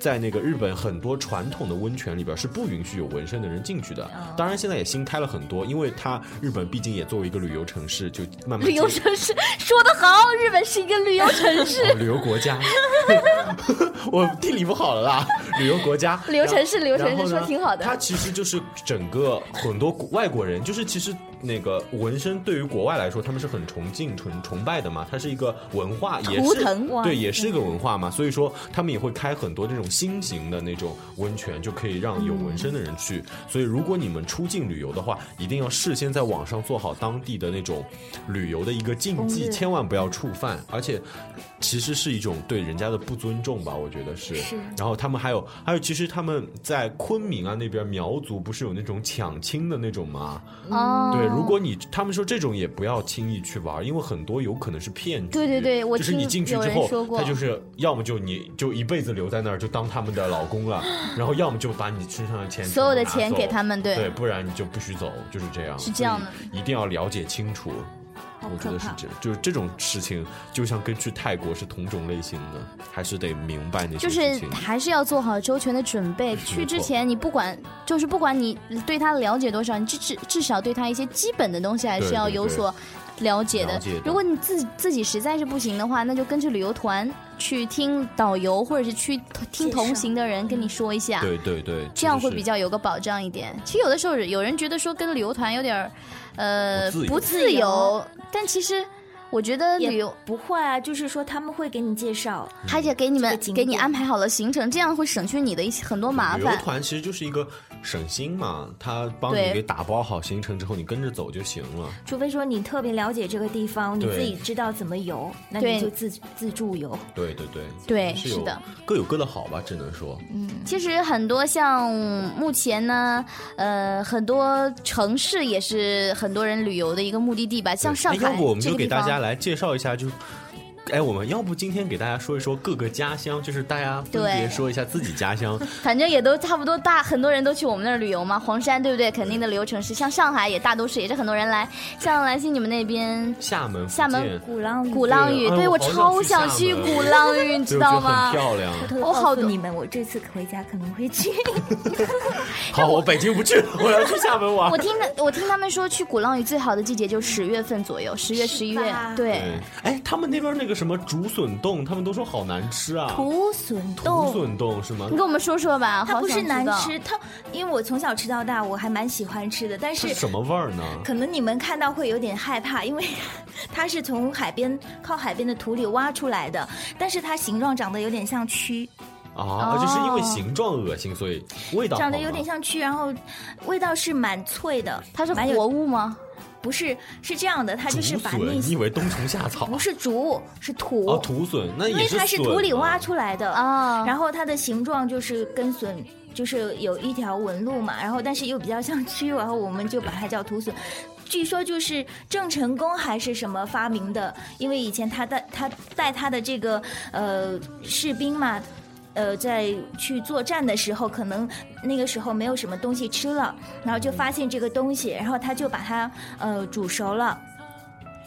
Speaker 3: 在那个日本很多传统的温泉里边是不允许有纹身的人进去的，
Speaker 2: 哦
Speaker 3: 当然现在也新开了很多，因为它日本毕竟也作为一个旅游城市，就慢慢
Speaker 2: 旅游
Speaker 3: 接
Speaker 2: 城市说得好，日本是一个旅游城市，
Speaker 3: 哦旅游
Speaker 2: (laughs)
Speaker 3: 国家，我地理不好了啦，旅游国家，
Speaker 2: 旅游城市
Speaker 3: 然
Speaker 2: 旅游城市
Speaker 3: 然后呢
Speaker 2: 说挺好的
Speaker 3: 它其实就是整个很多国外国人，就是其实那个纹身对于国外来说，他们是很崇敬、崇崇拜的嘛，它是一个文化，也
Speaker 4: 图
Speaker 3: 是
Speaker 4: 腾哇
Speaker 3: 对，也是一个文化嘛，所以说他们也会开很多这种新型的那种温泉，就可以让有纹身的人去。所以如果你们出境旅游的话，一定要事先在网上做好当地的那种旅游的一个禁忌，千万不要触犯，而且。其实是一种对人家的不尊重吧，我觉得是。
Speaker 4: 是
Speaker 3: 然后他们还有，还有，其实他们在昆明啊那边苗族不是有那种抢亲的那种吗？
Speaker 2: 哦
Speaker 3: 对，如果你他们说这种也不要轻易去玩，因为很多有可能是骗局。
Speaker 2: 对对对我
Speaker 3: 就是你
Speaker 2: 听
Speaker 3: 进去
Speaker 2: 有
Speaker 3: 之
Speaker 2: 人说
Speaker 3: 后，
Speaker 2: 过
Speaker 3: 他就是要么就你就一辈子留在那儿，就当他们的老公了，然后要么就把你身上的钱
Speaker 2: 所有的
Speaker 3: 全部拿
Speaker 2: 钱
Speaker 3: 走
Speaker 2: 给他们对
Speaker 3: 对，不然你就不许走，就是这样。
Speaker 2: 是这样的，
Speaker 3: 一定要了解清楚。
Speaker 4: 好
Speaker 3: 我
Speaker 4: 可
Speaker 3: 觉得是
Speaker 4: 怕
Speaker 3: 这，就是这种事情，就像跟去泰国是同种类型的，还是得明白那些
Speaker 2: 就
Speaker 3: 事
Speaker 2: 是
Speaker 3: 情。
Speaker 2: 还是要做好周全的准备。去之前，你不管就是不管你对他了解多少，你至至至少对他一些基本的东西还是
Speaker 3: 对
Speaker 2: 要
Speaker 3: 对
Speaker 2: 有
Speaker 3: 对
Speaker 2: 所了解的
Speaker 3: 了解的。
Speaker 2: 如果你自自己实在是不行的话，那就跟着旅游团去听导游，或者是去听
Speaker 4: 介绍
Speaker 2: 同行的人跟你说一下，
Speaker 3: 对对对，
Speaker 2: 这样会
Speaker 3: 就是
Speaker 2: 比较有个保障一点。其实有的时候有人觉得说跟旅游团有点儿，呃，
Speaker 3: 不自由
Speaker 2: 不自由，但其实我觉得旅游。
Speaker 4: 不会啊，就是说他们会给你介绍，
Speaker 2: 而且给你
Speaker 4: 这
Speaker 2: 们
Speaker 4: 个景
Speaker 2: 给你
Speaker 4: 点
Speaker 2: 安排好了行程，这样会省去你的一些很多麻
Speaker 3: 旅
Speaker 2: 烦
Speaker 3: 游。团其实就是一个省心嘛，他帮你
Speaker 2: 对
Speaker 3: 给打包好行程之后，你跟着走就行了。
Speaker 4: 除非说你特别了解这个地方，你
Speaker 3: 对
Speaker 4: 自己知道怎么游，那
Speaker 2: 对
Speaker 4: 你就自自助游。
Speaker 3: 对对对，
Speaker 2: 对
Speaker 3: 是有
Speaker 2: 是的，嗯
Speaker 3: 各有各的好吧，只能说，
Speaker 2: 其实很多像目前呢，呃，很多城市也是很多人旅游的一个目的地吧，像
Speaker 3: 对
Speaker 2: 上
Speaker 3: 哎
Speaker 2: 海
Speaker 3: 要不我们
Speaker 2: 这
Speaker 3: 就
Speaker 2: 个
Speaker 3: 给
Speaker 2: 地
Speaker 3: 大家
Speaker 2: 方。
Speaker 3: 来介绍一下，就。哎，我们要不今天给大家说一说各个家乡，就是大家分
Speaker 2: 对
Speaker 3: 别说一下自己家乡。
Speaker 2: 反正也都差不多大，很多人都去我们那儿旅游嘛。黄山对不对？肯定的旅游城市，像上海也大都是，也是很多人来。像兰溪你们那边
Speaker 3: 厦门、
Speaker 2: 厦门
Speaker 3: 福建
Speaker 4: 鼓浪屿，
Speaker 2: 鼓浪屿，
Speaker 3: 对哎
Speaker 2: 对
Speaker 3: 我
Speaker 2: 我
Speaker 3: 好想
Speaker 2: 超
Speaker 3: 去
Speaker 2: 想
Speaker 3: 厦
Speaker 2: 去
Speaker 3: 门 (laughs)
Speaker 2: 鼓浪屿，你
Speaker 3: 对
Speaker 2: 知
Speaker 3: 我觉
Speaker 2: 道
Speaker 3: 得很
Speaker 2: 吗？
Speaker 3: 漂
Speaker 2: (laughs)
Speaker 3: 亮。
Speaker 4: 我
Speaker 2: 我哦好
Speaker 4: 好
Speaker 2: 多
Speaker 4: 你们，我这次回家可能
Speaker 2: (laughs)
Speaker 4: 会去。
Speaker 3: 好，我北京不去了，我要去厦门玩
Speaker 2: 我。听的，我听他们说，去鼓浪屿最好的季节就十月份左右，十月、十一月
Speaker 4: 吧，
Speaker 2: 对。
Speaker 3: 对，哎，他们那边那个什么竹笋冻，他们都说好难吃啊。
Speaker 4: 土笋
Speaker 3: 竹
Speaker 4: 冻，
Speaker 3: 笋冻是吗
Speaker 2: 你？跟我们说说吧，
Speaker 4: 它
Speaker 2: 好
Speaker 4: 不是
Speaker 2: 想知
Speaker 4: 难
Speaker 2: 道
Speaker 4: 吃，它因为我从小吃到大，我还蛮喜欢吃的，但
Speaker 3: 它
Speaker 4: 是
Speaker 3: 是。什么味儿呢？
Speaker 4: 可能你们看到会有点害怕，因为 (laughs) 它是从海边靠海边的土里挖出来的，但是它形状长得有点像蛆，
Speaker 3: 啊，就是因为形状恶心，所以味道
Speaker 4: 哦长得
Speaker 3: 好
Speaker 4: 有
Speaker 3: 吗
Speaker 4: 点像蛆，然后味道是蛮脆的。
Speaker 2: 它是
Speaker 4: 蛮有
Speaker 2: 活物吗？
Speaker 4: 不是是这样的，它就是
Speaker 3: 竹
Speaker 4: 把那
Speaker 3: 笋，你以为冬虫夏草啊？
Speaker 4: 不是竹是土，
Speaker 3: 哦，土笋，那
Speaker 4: 因
Speaker 3: 也
Speaker 4: 为它是
Speaker 3: 笋
Speaker 4: 土里
Speaker 3: 嘛
Speaker 4: 挖出来的
Speaker 2: 啊
Speaker 4: 然后它的形状就是跟笋。就是有一条纹路嘛，然后但是又比较像蛆，然后我们就把它叫土笋。据说就是郑成功还是什么发明的，因为以前他带他带他的这个呃士兵嘛，呃，在去作战的时候，可能那个时候没有什么东西吃了，然后就发现这个东西，然后他就把它呃煮熟了。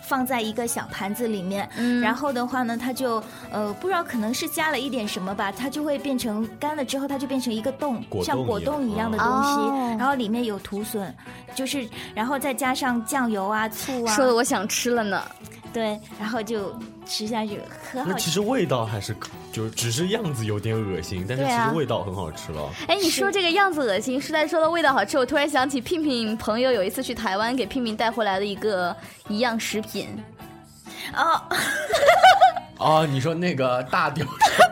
Speaker 4: 放在一个小盘子里面，
Speaker 2: 嗯
Speaker 4: 然后的话呢，它就呃不知道可能是加了一点什么吧，它就会变成干了之后，它就变成一个冻，
Speaker 3: 果冻
Speaker 4: 像果
Speaker 3: 一样
Speaker 4: 冻一样的
Speaker 3: 哦
Speaker 4: 东西，
Speaker 2: 哦
Speaker 4: 然后里面有土笋，就是然后再加上酱油啊、醋啊，
Speaker 2: 说的我想吃了呢。
Speaker 4: 对，然后就吃下去，很好
Speaker 3: 那
Speaker 4: 吃
Speaker 3: 其。实味道还是可，就是只是样子有点恶心，但是
Speaker 2: 对
Speaker 3: 其
Speaker 2: 啊
Speaker 3: 实味道很好吃了。
Speaker 2: 哎，你说这个样子恶心，实在说到味道好吃，我突然想起聘聘朋友有一次去台湾，给聘聘带回来的一个一样食品，
Speaker 4: 哦，
Speaker 3: 哦，你说那个大雕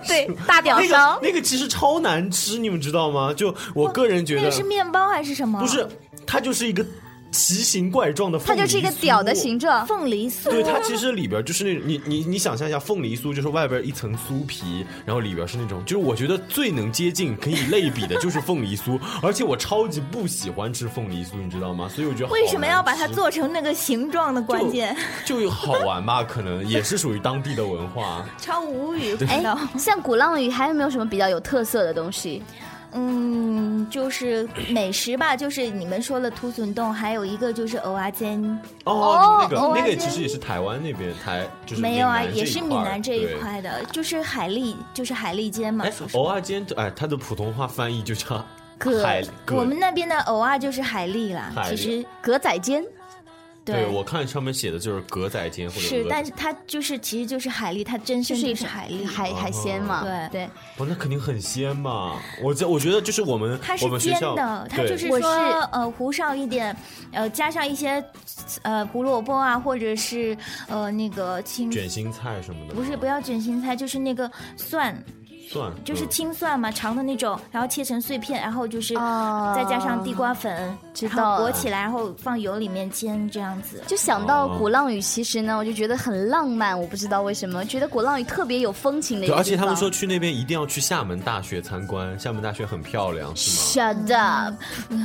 Speaker 2: 对，大屌
Speaker 3: 那
Speaker 2: 烧
Speaker 3: 个。那个其实超难吃，你们知道吗？就我个人觉
Speaker 4: 那
Speaker 3: 得
Speaker 4: 个是面包还是什么？
Speaker 3: 不是，它就是一个奇形怪状的凤
Speaker 2: 它
Speaker 3: 梨
Speaker 2: 就
Speaker 3: 酥，
Speaker 2: 是一个屌的形状，
Speaker 4: 凤梨
Speaker 3: (laughs)
Speaker 4: 酥，
Speaker 3: 对，它其实里边就是那你你你想象一下，凤梨酥就是外边一层酥皮，然后里边是那种，就是我觉得最能接近可以类比的就是凤梨酥，而且我超级不喜欢吃凤梨酥，你知道吗？所以我觉得好
Speaker 4: 为什么要把它
Speaker 3: 难
Speaker 4: (laughs)
Speaker 3: 吃
Speaker 4: 做成那个形状的关键？
Speaker 3: 就就好玩吧？可能也是属于当地的文化。
Speaker 4: 超无语，不
Speaker 2: 哎
Speaker 4: 知道。，
Speaker 2: 像鼓浪屿还有没有什么比较有特色的东西？
Speaker 4: 嗯，就是美食吧，就是你们说了土笋冻，还有一个就是蚵仔煎，
Speaker 2: 哦
Speaker 3: 那个、
Speaker 2: 偶尔
Speaker 3: 那个
Speaker 2: 间
Speaker 3: 其实也是台湾那边台就是
Speaker 4: (laughs) 没有啊，
Speaker 3: 闽南这一
Speaker 4: 也是闽南这一
Speaker 3: 对
Speaker 4: 块的，就是海蛎，就是海蛎煎嘛
Speaker 3: 哎。，偶尔间，哎，它的普通话翻译就叫海
Speaker 4: 我们那边的蚵仔就是海蛎啦，
Speaker 3: 海
Speaker 4: 其
Speaker 3: 蛎
Speaker 4: 实
Speaker 2: 格仔煎，
Speaker 3: 对我看上面写的就是格仔煎或者
Speaker 4: 是
Speaker 3: 鹅，
Speaker 4: 但是它就是其实就是海蛎，它真
Speaker 2: 就
Speaker 4: 身
Speaker 2: 是一
Speaker 4: 就
Speaker 2: 种
Speaker 4: 海蛎，
Speaker 2: 海海鲜嘛，
Speaker 4: 对
Speaker 2: 对。
Speaker 3: 哦哇，那肯定很鲜嘛！我这我觉得就是我们
Speaker 4: 它是
Speaker 3: 我们学
Speaker 4: 煎
Speaker 3: 校
Speaker 4: 的，它
Speaker 3: 对
Speaker 4: 就是
Speaker 2: 我
Speaker 4: 说
Speaker 2: 是
Speaker 4: 呃糊上一点，呃加上一些呃胡萝卜啊，或者是呃那个青
Speaker 3: 卷心菜什么的，
Speaker 4: 不是不要卷心菜，就是那个蒜，
Speaker 3: 蒜，
Speaker 4: 就是
Speaker 3: 嗯
Speaker 4: 青蒜嘛，长的那种，然后切成碎片，然后就是
Speaker 2: 哦
Speaker 4: 再加上地瓜粉，
Speaker 2: 知
Speaker 4: 然
Speaker 2: 道了
Speaker 4: 后裹起来，然后放油里面煎这样
Speaker 2: (laughs)
Speaker 4: 子。
Speaker 2: 就想到
Speaker 3: 哦
Speaker 2: 鼓浪屿，其实呢，我就觉得很浪漫。我不知道为什么，觉得鼓浪屿特别有风情的一个地
Speaker 3: 对，
Speaker 2: 方。
Speaker 3: 而且他们说去那边一定要去厦门大学参观，厦门大学很漂亮，是吗？
Speaker 2: ，shut up，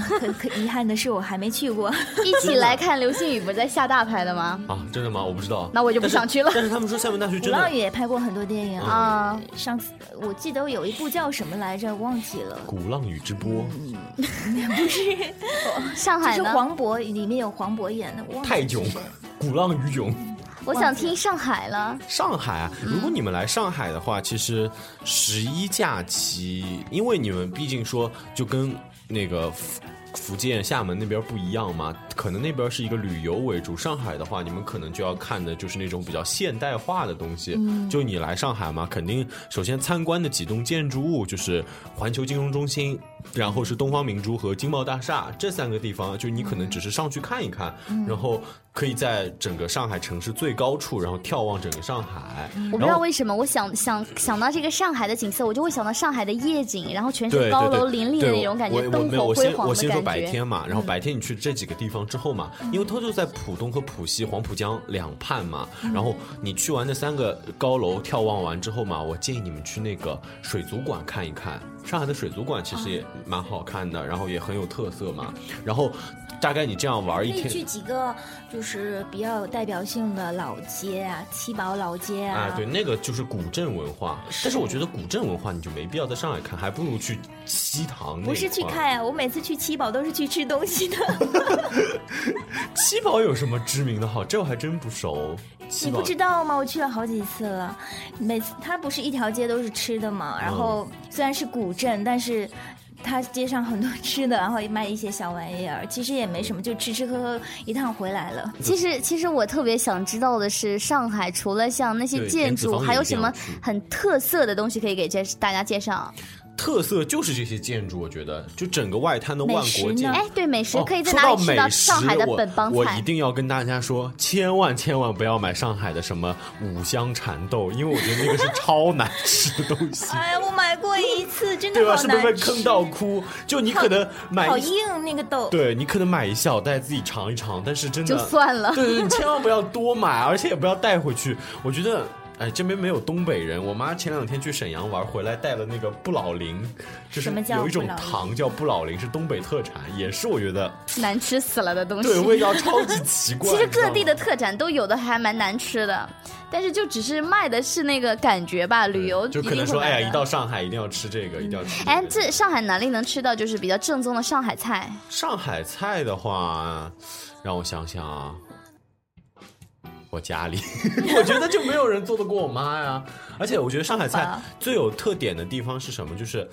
Speaker 3: (laughs)
Speaker 4: 可可遗憾的是，我还没去过。
Speaker 2: 一起来看流星雨，不是在厦大拍的吗？
Speaker 3: 啊，真的吗？我不知道。
Speaker 2: 那我就不想去了
Speaker 3: 但是他们说厦门大学
Speaker 4: 鼓
Speaker 3: (laughs) 真
Speaker 4: 浪
Speaker 3: 的
Speaker 4: 屿也拍过很多电
Speaker 3: 嗯
Speaker 4: 影啊，
Speaker 2: 啊、
Speaker 4: 上次我记得有一部叫什么来着，忘记了。
Speaker 3: 鼓浪屿之波，
Speaker 2: 上
Speaker 4: 就
Speaker 2: 海
Speaker 4: 是
Speaker 2: 呢？
Speaker 4: 黄渤，里面有黄渤演的，我忘
Speaker 3: 泰
Speaker 4: 了
Speaker 3: 囧
Speaker 4: 是谁。，
Speaker 3: 鼓浪屿囧。
Speaker 2: 我想听上海了。
Speaker 3: 上海啊，如果你们来上海的话，其实十一假期，因为你们毕竟说就跟那个福福建厦门那边不一样嘛，可能那边是一个旅游为主。上海的话，你们可能就要看的就是那种比较现代化的东西。就你来上海嘛，肯定首先参观的几栋建筑物就是环球金融中心，然后是东方明珠和金茂大厦这三个地方，就你可能只是上去看一看，然后可以在整个上海城市最高处，然后眺望整个上海。
Speaker 2: 我不知
Speaker 3: 然
Speaker 2: 道
Speaker 3: 后
Speaker 2: 为什么，我想想想到这个上海的景色，我就会想到上海的夜景，然后全是
Speaker 3: 对
Speaker 2: 高
Speaker 3: 对
Speaker 2: 楼
Speaker 3: 对
Speaker 2: 林立的
Speaker 3: 对
Speaker 2: 那种感
Speaker 3: 我
Speaker 2: 觉，
Speaker 3: 我
Speaker 2: 灯
Speaker 3: 没有
Speaker 2: 火
Speaker 3: 我
Speaker 2: 辉
Speaker 3: 先
Speaker 2: 煌
Speaker 3: 我
Speaker 2: 的
Speaker 3: 先说白
Speaker 2: 感觉。嗯
Speaker 3: 天嘛，然后白天你去这几个地方之后嘛，因为它就在浦东和浦西、黄浦江两畔嘛，
Speaker 2: 嗯
Speaker 3: 然后你去完那三个高楼眺望完之后嘛，我建议你们去那个水族馆看一看。上海的水族馆其实
Speaker 2: 哦
Speaker 3: 也蛮好看的，然后也很有特色嘛。然后大概你这样玩
Speaker 4: 可
Speaker 3: 一
Speaker 4: 以去
Speaker 3: 天。
Speaker 4: 几个就是比较有代表性的老街啊，七宝老街啊，
Speaker 3: 啊，对，那个就是古镇文化，但是我觉得古镇文化你就没必要在上海看，还不如去西塘那一
Speaker 4: 不是去
Speaker 3: 块儿
Speaker 4: 看呀、我每次去七宝都是去吃东西的。
Speaker 3: 七宝有什么知名的好？这我还真不熟。七
Speaker 4: 你
Speaker 3: 宝
Speaker 4: 不知道吗？我去了好几次了，每次它不是一条街都是吃的嘛。
Speaker 3: 嗯
Speaker 4: 然后虽然是古镇，但是它街上很多吃的，然后卖一些小玩意儿，其实也没什么，就吃吃喝喝一趟回来了。
Speaker 2: 其实，其实我特别想知道的是，上海除了像那些
Speaker 3: 对
Speaker 2: 建
Speaker 3: 原子
Speaker 2: 筑，
Speaker 3: 坊
Speaker 2: 还
Speaker 3: 也
Speaker 2: 有
Speaker 3: 一
Speaker 2: 什
Speaker 3: 定
Speaker 2: 么
Speaker 3: 要去
Speaker 2: 很特色的东西可以给这大家介绍？
Speaker 3: 特色就是这些建筑，我觉得就整个外滩的万国
Speaker 4: 美食
Speaker 3: 建
Speaker 4: 呢
Speaker 3: 筑。
Speaker 2: 哎，对，美食
Speaker 3: 哦
Speaker 2: 可以在
Speaker 3: 说
Speaker 2: 哪
Speaker 3: 到
Speaker 2: 里吃
Speaker 3: 美
Speaker 2: 到
Speaker 3: 食
Speaker 2: 上海的
Speaker 3: 我
Speaker 2: 本帮
Speaker 3: 我
Speaker 2: 菜
Speaker 3: 一？定要跟大家说，千万千万不要买上海的什么五香蚕豆，因为我觉得那个是超难吃的东
Speaker 2: (laughs)
Speaker 3: 西，
Speaker 4: 哎呀，我买过一次，真的
Speaker 3: 对吧？啊
Speaker 4: 好
Speaker 3: 是不是被
Speaker 4: 难
Speaker 3: 坑
Speaker 4: 吃，
Speaker 3: 到哭？就你可能买
Speaker 4: 好
Speaker 3: 一
Speaker 4: 硬那个豆。
Speaker 3: 对你可能买一小袋自己尝一尝，但是真的
Speaker 2: 就算了 (laughs)
Speaker 3: 对对对，你千万不要多买，而且也不要带回去。我觉得。哎，这边没有东北人。我妈前两天去沈阳玩回来，带了那个不老林，就是
Speaker 4: 什么叫
Speaker 3: 有一种
Speaker 4: 不老林
Speaker 3: 糖叫不老林，是东北特产，也是我觉得
Speaker 2: 难吃死了的东西。
Speaker 3: 对味道超级奇怪。
Speaker 2: (laughs) 其实
Speaker 3: 你知
Speaker 2: 各
Speaker 3: 道吗
Speaker 2: 地的特产都有的还蛮难吃的，但是就只是卖的是那个感觉吧，旅游
Speaker 3: 就可
Speaker 2: 一定
Speaker 3: 能
Speaker 2: 会
Speaker 3: 说，哎
Speaker 2: 买
Speaker 3: 呀，一
Speaker 2: 的
Speaker 3: 到上海一定要吃这个，一定要吃、
Speaker 2: 哎
Speaker 3: 个。，
Speaker 2: 这上海哪里能吃到就是比较正宗的上海菜？
Speaker 3: 上海菜的话，让我想想啊，我家里， (laughs) 我觉得就没有人做得过我妈呀。而且我觉得上海
Speaker 4: 好
Speaker 3: 菜
Speaker 2: 啊
Speaker 4: 吧
Speaker 3: 最有特点的地方是什么？就是，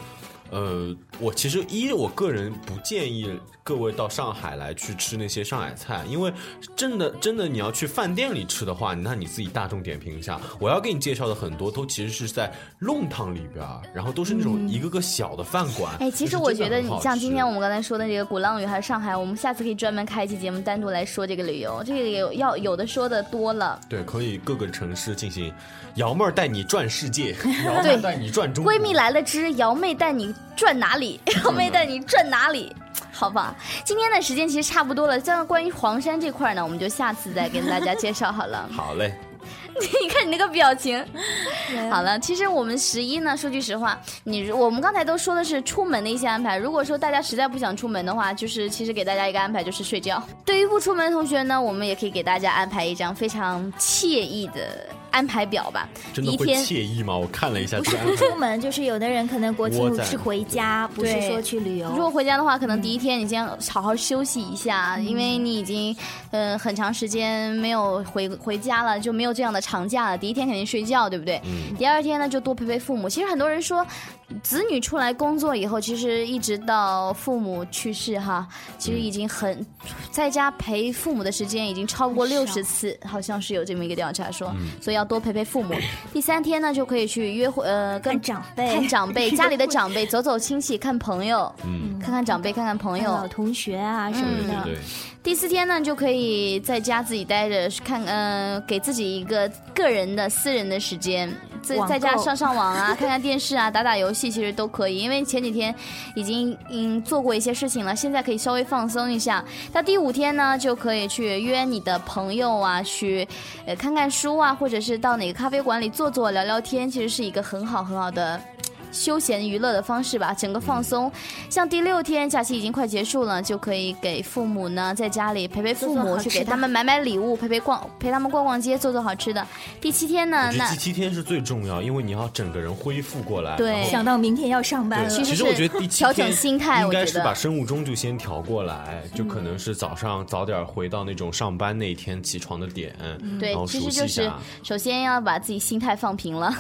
Speaker 3: 呃，我其实一我个人不建议各位到上海来去吃那些上海菜，因为真的真的你要去饭店里吃的话，那你自己大众点评一下。我要给你介绍的很多都其实是在弄堂里边儿，然后都是那种一个个小的饭馆。
Speaker 2: 嗯哎，其
Speaker 3: 就
Speaker 2: 实
Speaker 3: 是
Speaker 2: 我
Speaker 3: 真
Speaker 2: 觉
Speaker 3: 的
Speaker 2: 得
Speaker 3: 很
Speaker 2: 你
Speaker 3: 好
Speaker 2: 像今天
Speaker 3: 吃
Speaker 2: 我们刚才说的这个鼓浪屿还有上海，我们下次可以专门开一期节目单独来说这个旅游，这个有要有的说的多了。
Speaker 3: 对，可以各个城市进行，瑶妹儿带你转
Speaker 2: (laughs)
Speaker 3: 世界，瑶妹
Speaker 2: 对
Speaker 3: 儿带你转中
Speaker 2: (laughs)
Speaker 3: 国。。
Speaker 2: 闺蜜来了之瑶妹带你转哪里，瑶妹带你转哪里，好吧，今天的时间其实差不多了，像关于黄山这块儿呢，我们就下次再跟大家介绍好了
Speaker 3: 好嘞，
Speaker 2: (laughs) 你看你那个表情。好了，其实我们十一呢，说句实话，你如我们刚才都说的是出门的一些安排。如果说大家实在不想出门的话，就是其实给大家一个安排，就是睡觉。对于不出门的同学呢，我们也可以给大家安排一张非常惬意的安排表吧。
Speaker 3: 真的
Speaker 2: 一
Speaker 3: 会
Speaker 2: 天
Speaker 3: 惬意吗？我看了一下
Speaker 4: 不
Speaker 3: 这
Speaker 4: 是
Speaker 3: 个安
Speaker 2: (laughs)
Speaker 4: 不
Speaker 3: 排，
Speaker 4: 出门，就是有的人可能国
Speaker 3: 窝
Speaker 4: 庆
Speaker 3: 在
Speaker 4: 是回家，不是
Speaker 2: 对
Speaker 4: 说去旅游。
Speaker 2: 如果回家的话，可能第一天你先好好休息一下，
Speaker 4: 嗯
Speaker 2: 因为你已经呃很长时间没有回回家了，就没有这样的长假了。第一天肯定睡觉，对不对？
Speaker 4: 嗯
Speaker 2: 第二天呢，就多陪陪父母。其实很多人说，子女出来工作以后，其实一直到父母去世哈，
Speaker 4: 嗯
Speaker 2: 其实已经很、在家陪父母的时间已经超过六
Speaker 4: 很少嗯
Speaker 2: 十次，好像是有这么一个调查说，所以要多陪陪
Speaker 4: (laughs)
Speaker 2: 父母。第三天呢，就可以去约会，呃，跟
Speaker 4: 看长辈
Speaker 2: 看长
Speaker 4: (laughs)
Speaker 2: 辈，家里的长辈，走走亲戚，看朋友，
Speaker 3: 嗯
Speaker 2: 看看长辈，看看朋
Speaker 4: 看
Speaker 2: 友
Speaker 4: 老。同学啊什
Speaker 3: 对
Speaker 4: 么
Speaker 3: 对
Speaker 2: 嗯
Speaker 4: 的，
Speaker 3: 对，
Speaker 2: 第四天呢，就可以在家自己待着，看呃，给自己一个个人的私人的时间，在
Speaker 4: 网购
Speaker 2: 在家上上网
Speaker 4: (laughs)
Speaker 2: 啊，看看电视啊，打打游戏，其实都可以。因为前几天已经嗯做过一些事情了，现在可以稍微放松一下。到第五天呢，就可以去约你的朋友啊，去呃看看书啊，或者是到哪个咖啡馆里坐坐聊聊天，其实是一个很好很好的。休闲娱乐的方式吧，整个放松。像第六天假期已经快结束了，就可以给父母呢在家里陪陪父
Speaker 4: 做做
Speaker 2: 母，
Speaker 4: 好
Speaker 2: 去
Speaker 4: 吃
Speaker 2: 给
Speaker 4: 的
Speaker 2: 他们买买礼物，陪陪逛，陪他们逛逛街，做做好吃的。第七天呢
Speaker 3: 我，觉得
Speaker 2: 那
Speaker 3: 第七天是最重要，因为你要整个人恢复过来。
Speaker 2: 对
Speaker 3: 然后
Speaker 4: 想到明天要上班
Speaker 3: 对，
Speaker 4: 了，
Speaker 2: 其实
Speaker 3: 我
Speaker 2: 是
Speaker 3: 觉得第七
Speaker 2: 调整
Speaker 3: 天
Speaker 2: 心态
Speaker 3: 应
Speaker 2: 我
Speaker 3: 该
Speaker 2: 觉
Speaker 3: 是
Speaker 2: 得嗯
Speaker 3: 把生物钟就先调过来，就可能是早上早点回到那种上班那一天起床的点，
Speaker 2: 嗯对
Speaker 3: 然，后
Speaker 2: 其
Speaker 3: 熟
Speaker 2: 实
Speaker 3: 悉
Speaker 2: 就
Speaker 3: 一
Speaker 2: 是
Speaker 3: 下。
Speaker 2: 首先要把自己心态放平了，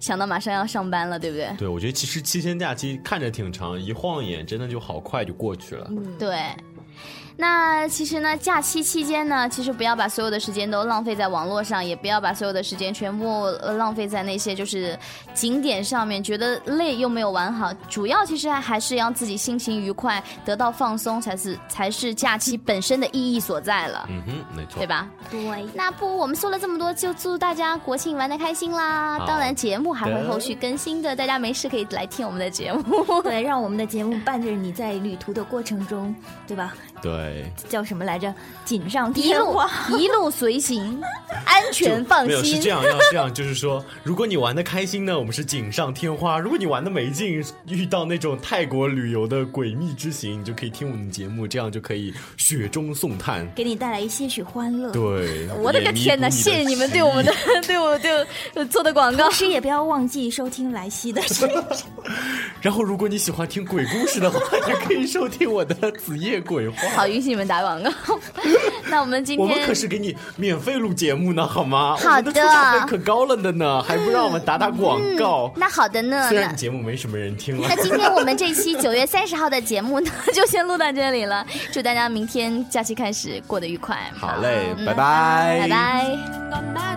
Speaker 2: 想到马上要上班了，对不对？
Speaker 3: 对，我觉得其实七天假期看着挺长，一晃眼真的就好快就过去了。
Speaker 2: 对。那其实呢，假期期间呢，其实不要把所有的时间都浪费在网络上，也不要把所有的时间全部呃浪费在那些就是景点上面，觉得累又没有玩好。主要其实还还是让自己心情愉快，得到放松，才是才是假期本身的意义所在了，
Speaker 3: 嗯哼，没错，
Speaker 2: 对？吧？
Speaker 4: 对，
Speaker 2: 那不，我们说了这么多，就祝大家国庆玩的开心啦！
Speaker 3: 好
Speaker 2: 当然，节目还会
Speaker 3: 的
Speaker 2: 后续更新的，大家没事可以来听我们的节
Speaker 3: (laughs)
Speaker 2: 目。
Speaker 4: 对，让我们的节目伴着你在旅途的过程中，对吧？
Speaker 3: 对，
Speaker 4: 叫什么来着？锦上
Speaker 2: 一
Speaker 4: 添
Speaker 2: 路 (laughs)
Speaker 4: 花。
Speaker 2: 一路随行，安全放
Speaker 3: 没有是
Speaker 2: 心
Speaker 3: 这。样，要这样，就是说，如果你玩的开心呢，我们是锦上添花；如果你玩的没劲，遇到那种泰国旅游的诡秘之行，你就可以听我们的节目，这样就可以雪中送炭。
Speaker 4: 给你带来一些许欢乐。
Speaker 3: 对，
Speaker 2: (laughs) 我的
Speaker 3: 也
Speaker 2: 个
Speaker 3: 弥
Speaker 2: 天
Speaker 3: 补
Speaker 2: 哪！
Speaker 3: 的
Speaker 2: 谢谢你们对我们
Speaker 3: 失
Speaker 2: 的 (laughs) 对我对我做的广告 (laughs)
Speaker 4: 同。时也不要忘记收听莱西的声音。
Speaker 3: 意。然后，如果你喜欢听鬼故事的话，也可以收听我的《子夜鬼话》。
Speaker 2: (laughs) 好，允许你们打广告。 (laughs) 那我们今
Speaker 3: 我们
Speaker 2: 天
Speaker 3: 可是给你免费录节目呢，好吗？
Speaker 2: 好的
Speaker 3: 我们出场费可高了的呢，还不让我们打打广告。
Speaker 2: 那嗯好的呢。
Speaker 3: 虽然
Speaker 2: 那
Speaker 3: 你节目没什么人听了
Speaker 2: 那，今天我们这期九月三十号的节目呢， (laughs) 就先录到这里了。祝大家明天假期开始过得愉快。
Speaker 3: 好嘞，
Speaker 2: 嗯
Speaker 3: 拜
Speaker 2: 拜拜。
Speaker 5: con ba